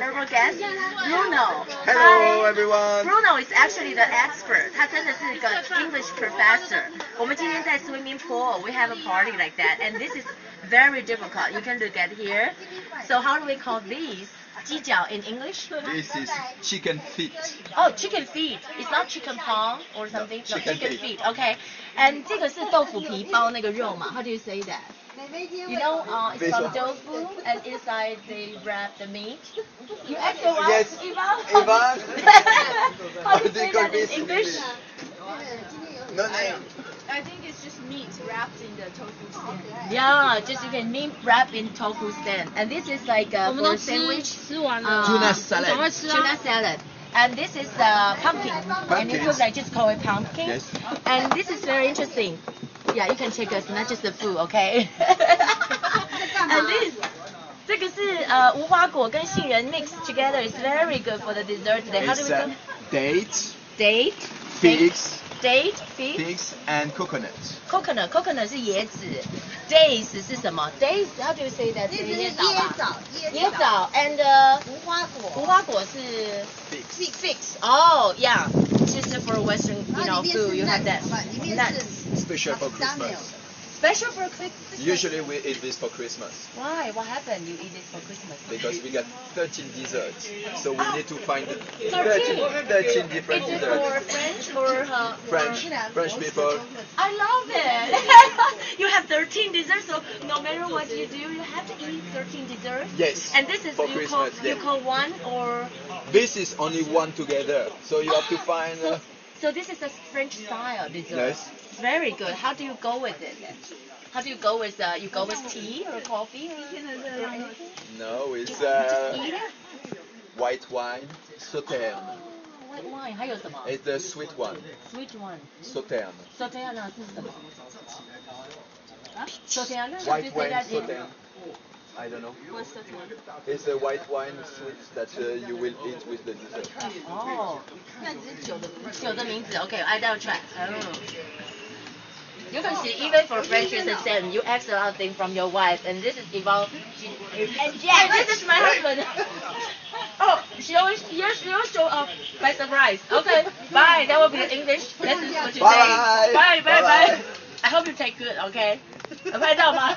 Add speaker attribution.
Speaker 1: honorable guest Bruno.
Speaker 2: Hello
Speaker 1: Hi.
Speaker 2: everyone.
Speaker 1: Bruno is actually the expert. 他真的是一个 English professor. 我们今天在 swimming pool, we have a party like that, and this is very difficult. You can look at here. So how do we call these? 鸡脚 in English?
Speaker 2: This is chicken feet.
Speaker 1: Oh, chicken feet. It's not chicken pong or something. No,
Speaker 2: chicken
Speaker 1: chicken
Speaker 2: feet.
Speaker 1: feet. Okay. And 这个是豆腐皮包那个肉嘛？How do you say that? You know, uh, it's
Speaker 2: This
Speaker 1: from
Speaker 2: one.
Speaker 1: tofu, and inside they wrap the meat. You asked your wife,
Speaker 2: Yes.
Speaker 1: Ivan.
Speaker 2: Ivan.
Speaker 1: How do you
Speaker 2: They
Speaker 1: say
Speaker 2: call
Speaker 1: that in
Speaker 2: this
Speaker 1: English?
Speaker 2: English. No name.
Speaker 3: I think it's just meat wrapped in the tofu skin.
Speaker 1: Yeah, just you can meat wrap in tofu stand, and this is like a for a sandwich.
Speaker 3: 完
Speaker 1: Uh,
Speaker 2: Tuna salad.
Speaker 3: 赶快吃啊
Speaker 1: Tuna salad. And this is uh, pumpkin. And it
Speaker 2: Pumpkin.
Speaker 1: looks like just call it pumpkin.
Speaker 2: Yes.
Speaker 1: And this is very interesting. Yeah, you can check us, not just the food, okay? and this. 这个是呃无花果跟杏仁 mix together is very good for the dessert today. How do we
Speaker 2: It's
Speaker 1: call
Speaker 2: uh, dates,
Speaker 1: date
Speaker 2: figs,
Speaker 1: date fig
Speaker 2: figs and coconuts.
Speaker 1: coconut coconut 是椰子，days 是什么？days how do you say that？
Speaker 4: 这
Speaker 1: 是
Speaker 4: 是
Speaker 1: 椰
Speaker 4: 椰
Speaker 1: 枣吧？
Speaker 4: 枣，
Speaker 1: 椰枣 and、uh,
Speaker 4: 无花
Speaker 1: 无
Speaker 4: 果，
Speaker 1: 花果是
Speaker 2: Figs.
Speaker 1: fig figs oh yeah，就是 for Western you
Speaker 4: 然
Speaker 1: know
Speaker 4: 后里面是
Speaker 1: food you have that
Speaker 4: 吧？里面
Speaker 1: nuts
Speaker 4: 是
Speaker 2: Special for
Speaker 4: Macadamia.
Speaker 2: Christmas.
Speaker 1: special for Christmas
Speaker 2: Usually we eat this for Christmas
Speaker 1: why what happened you eat this for Christmas
Speaker 2: because we got 13 desserts. So we need to find
Speaker 1: 13.
Speaker 2: 13, 13 different
Speaker 1: is it for
Speaker 2: desserts.
Speaker 1: French or uh,
Speaker 2: French, French people.
Speaker 1: I love it you have 13 desserts so no matter what you do you have to eat 13 desserts
Speaker 2: Yes.
Speaker 1: and this is
Speaker 2: for
Speaker 1: you call
Speaker 2: Christmas.
Speaker 1: you
Speaker 2: yeah.
Speaker 1: call one or
Speaker 2: This is only one together. So you have to find.
Speaker 1: so, so
Speaker 2: Uh,
Speaker 1: this is a French style dessert.
Speaker 2: Yes.
Speaker 1: Very good. How do you go with it? then? How do you go with uh, you go with tea or coffee or anything?
Speaker 2: no, it's
Speaker 1: Eat
Speaker 2: uh,
Speaker 1: it?
Speaker 2: white wine, sauterne.
Speaker 1: White wine 还有什么
Speaker 2: It's the sweet one,
Speaker 1: ？Sweet one.
Speaker 2: sauterne.
Speaker 1: Sotayana 是什么？Sotayana
Speaker 2: White wine,
Speaker 1: that in
Speaker 2: sauterne. I don't know. It's a white wine sweet that uh, you will eat with the dessert.
Speaker 1: 哦，那只是酒的酒的名字。OK, I don't try. Oh. You can see even for French is the same. You ask a lot of things from your wife, and this is Yvonne. She, and yeah, this is my husband. oh, she always yes, she always show up by surprise. Okay, bye. That will be the English lesson for today.
Speaker 2: Bye.
Speaker 1: bye, bye.
Speaker 2: Bye.
Speaker 1: bye. I hope you take good. Okay. 有拍到吗？